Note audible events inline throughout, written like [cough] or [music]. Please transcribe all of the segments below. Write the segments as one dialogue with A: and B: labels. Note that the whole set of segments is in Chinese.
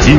A: 精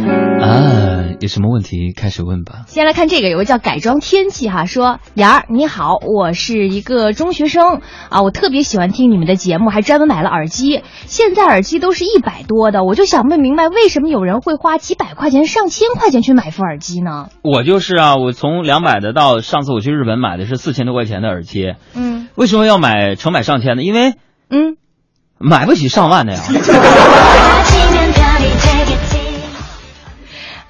B: 啊，有什么问题开始问吧。
C: 先来看这个，有个叫改装天气哈，说妍儿你好，我是一个中学生啊，我特别喜欢听你们的节目，还专门买了耳机。现在耳机都是一百多的，我就想不明白为什么有人会花几百块钱、上千块钱去买副耳机呢？
B: 我就是啊，我从两百的到上次我去日本买的是四千多块钱的耳机，
C: 嗯
B: 为什么要买成买上千的？因为
C: 嗯，
B: 买不起上万的呀。 [laughs]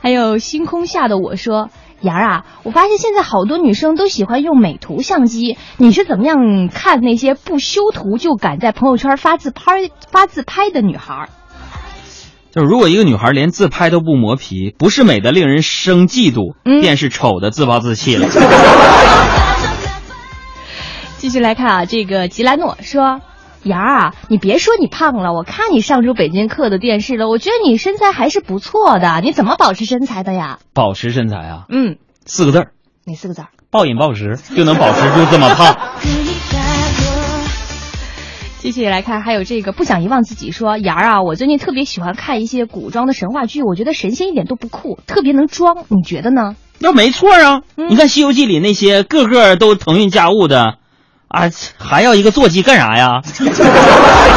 C: 还有星空下的我说。妍儿啊，我发现现在好多女生都喜欢用美图相机，你是怎么样看那些不修图就敢在朋友圈发自拍发自拍的女孩儿？
B: 就是如果一个女孩连自拍都不磨皮，不是美的令人生嫉妒，
C: 嗯
B: 便是丑的自暴自弃
C: [laughs]
B: 了。
C: 继续来看啊，这个吉兰诺说：“杨儿啊，你别说你胖了，我看你上周北京课的电视了，我觉得你身材还是不错的，你怎么保持身材的呀
B: 保持身材啊？”，
C: 嗯，
B: 四个字儿，
C: 哪四个字儿？
B: 暴饮暴食就能保持住这么
C: [laughs]
B: 胖。
C: 继续来看，还有这个不想遗忘自己说，杨儿啊，我最近特别喜欢看一些古装的神话剧，我觉得神仙一点都不酷，特别能装，你觉得呢？
B: 那没错啊，
C: 嗯
B: 你看《西游记》里那些个个都腾云驾雾的，啊，还要一个坐骑干啥呀？